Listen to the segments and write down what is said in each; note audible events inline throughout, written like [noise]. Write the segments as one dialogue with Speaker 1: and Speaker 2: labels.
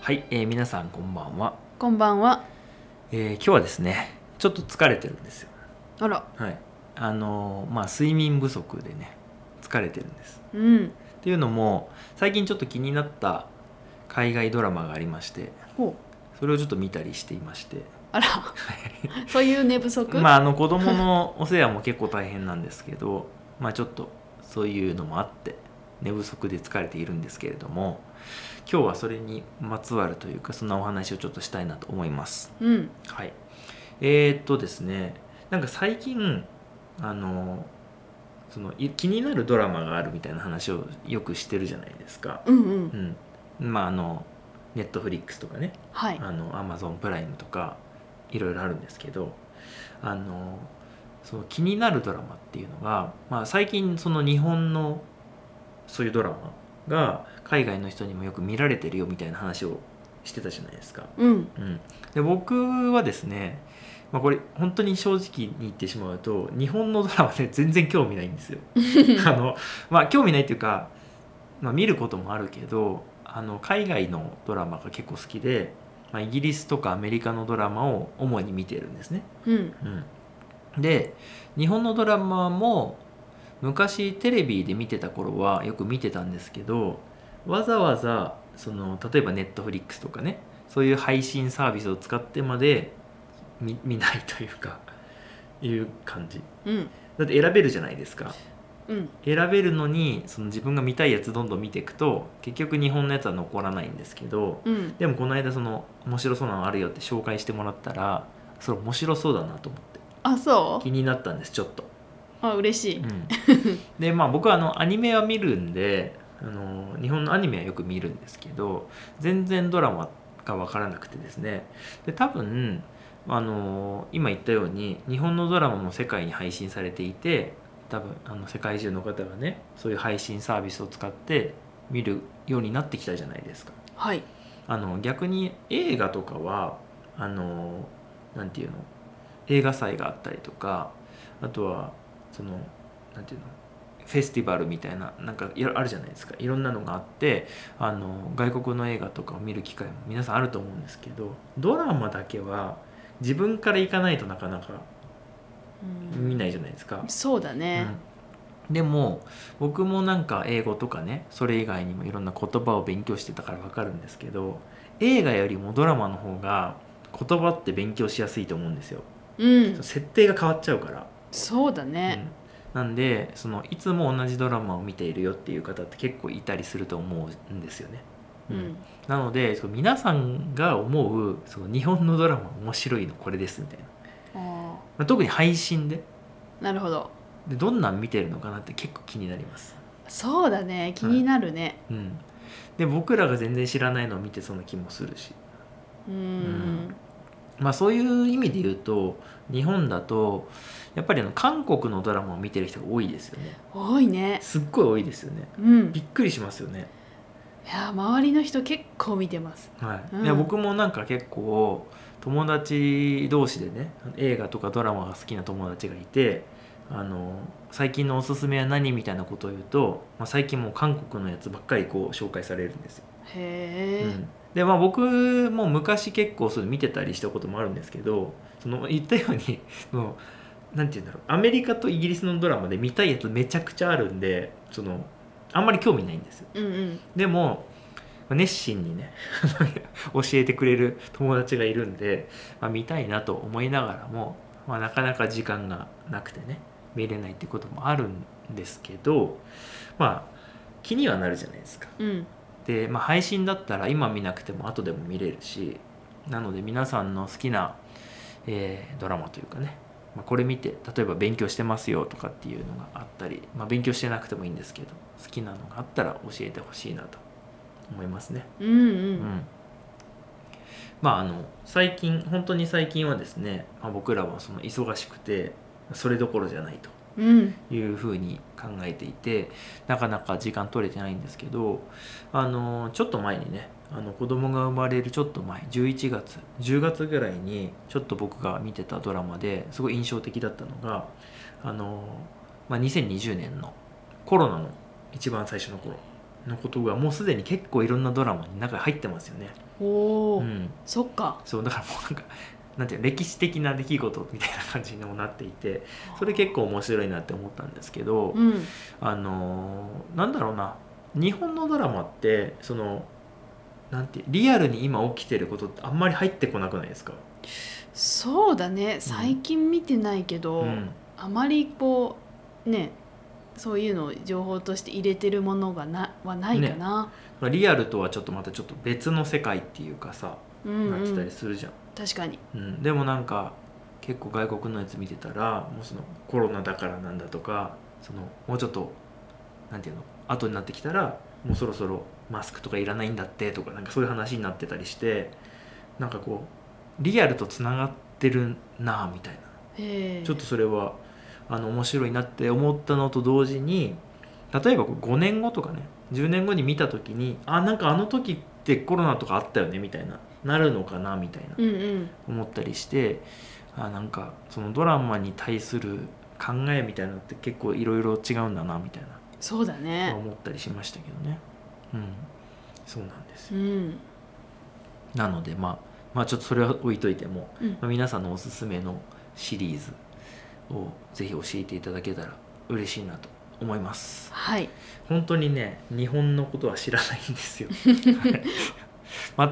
Speaker 1: はい、えー皆さんこんばんは、
Speaker 2: こんばんは。
Speaker 1: えー今日はですねちょっと疲れてるんですよ
Speaker 2: あら、
Speaker 1: はいあのーまあ睡眠不足でね疲れてるんです
Speaker 2: うん。
Speaker 1: っていうのも最近ちょっと気になった海外ドラマがありまして
Speaker 2: ほう。
Speaker 1: それをちょっと見たりしていまして
Speaker 2: あら、そういう寝不足。
Speaker 1: まああの子供のお世話も結構大変なんですけど [laughs] まあちょっとそういうのもあって寝不足で疲れているんですけれども今日はそれにまつわるというかそんなお話をちょっとしたいなと思います
Speaker 2: うん。
Speaker 1: はい。えーっとですね、なんか最近、あの、そのい気になるドラマがあるみたいな話をよくしてるじゃないですか。
Speaker 2: うんう。
Speaker 1: うんん。まあ、あの、ネットフリックスとかね、
Speaker 2: はい。
Speaker 1: あの、アマゾンプライムとか、いろいろあるんですけど、あの、その気になるドラマっていうのが、まあ、最近その日本のそういうドラマが海外の人にもよく見られてるよみたいな話をしてたじゃないですか。
Speaker 2: うん。
Speaker 1: うん、で僕はですね、まあ、これ本当に正直に言ってしまうと日本のドラマね全然興味ないんですよ。あのまあ興味ないっていうか、まあ、見ることもあるけどあの海外のドラマが結構好きで、まあ、イギリスとかアメリカのドラマを主に見てるんですね。
Speaker 2: うん。
Speaker 1: うん、で日本のドラマも昔テレビで見てた頃はよく見てたんですけどわざわざその例えばネットフリックスとかねそういう配信サービスを使ってまで見見ないというかいう感じ
Speaker 2: うん。
Speaker 1: だって選べるじゃないですか
Speaker 2: うん。
Speaker 1: 選べるのにその自分が見たいやつどんどん見ていくと結局日本のやつは残らないんですけど
Speaker 2: うん。
Speaker 1: でもこの間その面白そうなのあるよって紹介してもらったらそれ面白そうだなと思って
Speaker 2: あ、そ
Speaker 1: 気になったんですちょっと、
Speaker 2: う。あ、嬉しい。
Speaker 1: [laughs] でまあ僕はあのアニメは見るんであの日本のアニメはよく見るんですけど全然ドラマが分からなくてですねで多分あの今言ったように日本のドラマも世界に配信されていて多分あの世界中の方がねそういう配信サービスを使って見るようになってきたじゃないですか。
Speaker 2: はい。
Speaker 1: あの逆に映画とかはあのなんていうの映画祭があったりとかあとはそのなんていうのフェスティバルみたいななんかいろあるじゃないですかいろんなのがあってあの外国の映画とかを見る機会も皆さんあると思うんですけどドラマだけは自分から行かないとなかなか
Speaker 2: うん
Speaker 1: 見ないじゃないですか。
Speaker 2: そうだね。
Speaker 1: うんでも僕もなんか英語とかねそれ以外にもいろんな言葉を勉強してたから分かるんですけど映画よりもドラマの方が言葉って勉強しやすいと思うんですよ
Speaker 2: うん。
Speaker 1: 設定が変わっちゃうから、
Speaker 2: そうだ
Speaker 1: う
Speaker 2: ね。
Speaker 1: んなんでそのいつも同じドラマを見ているよっていう方って結構いたりすると思うんですよね、
Speaker 2: う
Speaker 1: うん
Speaker 2: ん。
Speaker 1: なのでその皆さんが思うその日本のドラマ面白いのこれですみたいな、
Speaker 2: あ
Speaker 1: まあ特に配信で
Speaker 2: ーなるほど。
Speaker 1: でどんなん見てるのかなって結構気になります
Speaker 2: そうだね。気になるね。
Speaker 1: うん、で僕らが全然知らないのを見てその気もするし、
Speaker 2: うーん。
Speaker 1: まあ、そういう意味で言うと日本だとやっぱりあの韓国のドラマを見てる人が多いですよね
Speaker 2: 多いね。
Speaker 1: すっごい多いですよね
Speaker 2: うん。
Speaker 1: び
Speaker 2: い
Speaker 1: っくりしますよね、
Speaker 2: や、周りの人結構見てます。
Speaker 1: はい
Speaker 2: うん
Speaker 1: いや僕もなんか結構友達同士でね映画とかドラマが好きな友達がいてあの最近のおすすめは何みたいなことを言うと、まあ、最近もう韓国のやつばっかりこう紹介されるんですよ
Speaker 2: へ
Speaker 1: う
Speaker 2: え。
Speaker 1: んでまあ僕も昔結構そういうの見てたりしたこともあるんですけどその言ったように [laughs] そのなんて言うんだろうアメリカとイギリスのドラマで見たいやつめちゃくちゃあるんでそのあんまり興味ないんですよ
Speaker 2: うんうん。
Speaker 1: でもまあ熱心にね [laughs] 教えてくれる友達がいるんで、まあ、見たいなと思いながらも、まあ、なかなか時間がなくてね見れないってこともあるんですけどまあ気にはなるじゃないですか。
Speaker 2: うん。
Speaker 1: で、まあ、配信だったら今見なくても後でも見れるしなので皆さんの好きな、えードラマというかね、まあ、これ見て例えば勉強してますよとかっていうのがあったり、まあ、勉強してなくてもいいんですけど好きなのがあったら教えてほしいなと思いますね。
Speaker 2: うんう。
Speaker 1: うんんまああの最近本当に最近はですね、まあ、僕らはその忙しくてそれどころじゃないと
Speaker 2: うん。
Speaker 1: いうふうに考えていてなかなか時間取れてないんですけどあのちょっと前にねあの子供が生まれるちょっと前11月10月ぐらいにちょっと僕が見てたドラマですごい印象的だったのがあの、まあ、2020年のコロナの一番最初の頃のことがもうすでに結構いろんなドラマに中に入ってますよね。
Speaker 2: おお、
Speaker 1: うん、
Speaker 2: そっか
Speaker 1: そうだからもうなんかなんていうの歴史的な出来事みたいな感じにもなっていてそれ結構面白いなって思ったんですけど、
Speaker 2: うん
Speaker 1: あのーなんだろうな日本のドラマってそのなんてリアルに今起きてることってあんまり入ってこなくないですか、
Speaker 2: そうだね最近見てないけど、
Speaker 1: うん
Speaker 2: あまりこうねそういうのを情報として入れてるものがなはないかな、
Speaker 1: リアルとはちょっとまたちょっと別の世界っていうかさ、
Speaker 2: うん
Speaker 1: なっ
Speaker 2: う
Speaker 1: てた
Speaker 2: ん
Speaker 1: りするじゃん、
Speaker 2: 確かに
Speaker 1: うん、でもなんか結構外国のやつ見てたらもうそのコロナだからなんだとかそのもうちょっとなんていうの後になってきたらもうそろそろマスクとかいらないんだってとかなんかそういう話になってたりしてなんかこうリアルとつながってるなあみたいな
Speaker 2: へえ
Speaker 1: ちょっとそれはあの面白いなって思ったのと同時に例えばこう5年後とかね10年後に見た時にあなんかあの時ってコロナとかあったよねみたいななるのかなみたいな
Speaker 2: うんうん
Speaker 1: 思ったりしてあなんかそのドラマに対する考えみたいなのって結構いろいろ違うんだなみたいな、
Speaker 2: そうだ
Speaker 1: まあ
Speaker 2: ね
Speaker 1: 思ったりしましたけどね。うん、そうなんです
Speaker 2: う
Speaker 1: よ
Speaker 2: ん
Speaker 1: なので、まあ、まあちょっとそれは置いといても
Speaker 2: うん
Speaker 1: まあ皆さんのおすすめのシリーズをぜひ教えていただけたら嬉しいなと思います
Speaker 2: はい
Speaker 1: 本当にね日本のことは知らないんですよはい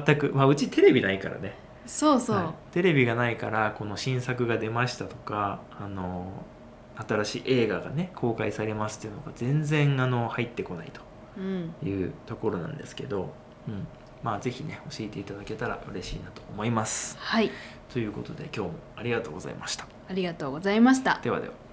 Speaker 1: 全く、まあ、うちテレビないからね
Speaker 2: そうそう、
Speaker 1: はいテレビがないからこの新作が出ましたとかあの新しい映画がね公開されますっていうのが全然あの入ってこない
Speaker 2: うん
Speaker 1: というところなんですけど、うん、まあぜひね教えていただけたら嬉しいなと思います
Speaker 2: はい
Speaker 1: ということで今日もありがとうございました
Speaker 2: ありがとうございました
Speaker 1: ではでは